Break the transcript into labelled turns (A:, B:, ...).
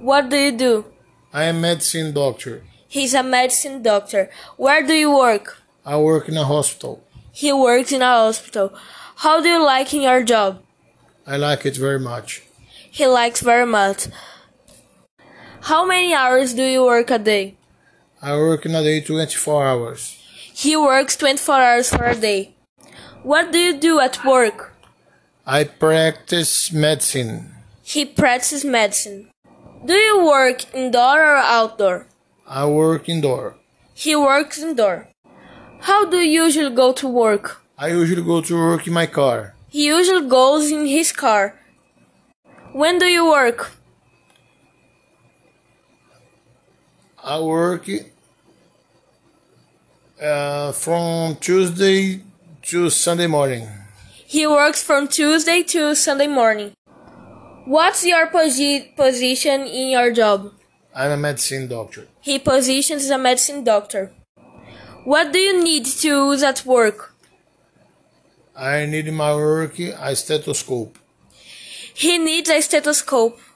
A: What do you do?
B: I am medicine doctor.
A: He's a medicine doctor. Where do you work?
B: I work in a hospital.
A: He works in a hospital. How do you like in your job?
B: I like it very much.
A: He likes very much. How many hours do you work a day?
B: I work in a day 24 hours.
A: He works 24 hours for a day. What do you do at work?
B: I practice medicine.
A: He practices medicine. Do you work indoor or outdoor?
B: I work indoor.
A: He works indoor. How do you usually go to work?
B: I usually go to work in my car.
A: He usually goes in his car. When do you work?
B: I work uh, from Tuesday to Sunday morning.
A: He works from Tuesday to Sunday morning. What's your posi- position in your job?
B: I'm a medicine doctor.
A: He positions as a medicine doctor. What do you need to use at work?
B: I need in my work a stethoscope.
A: He needs a stethoscope.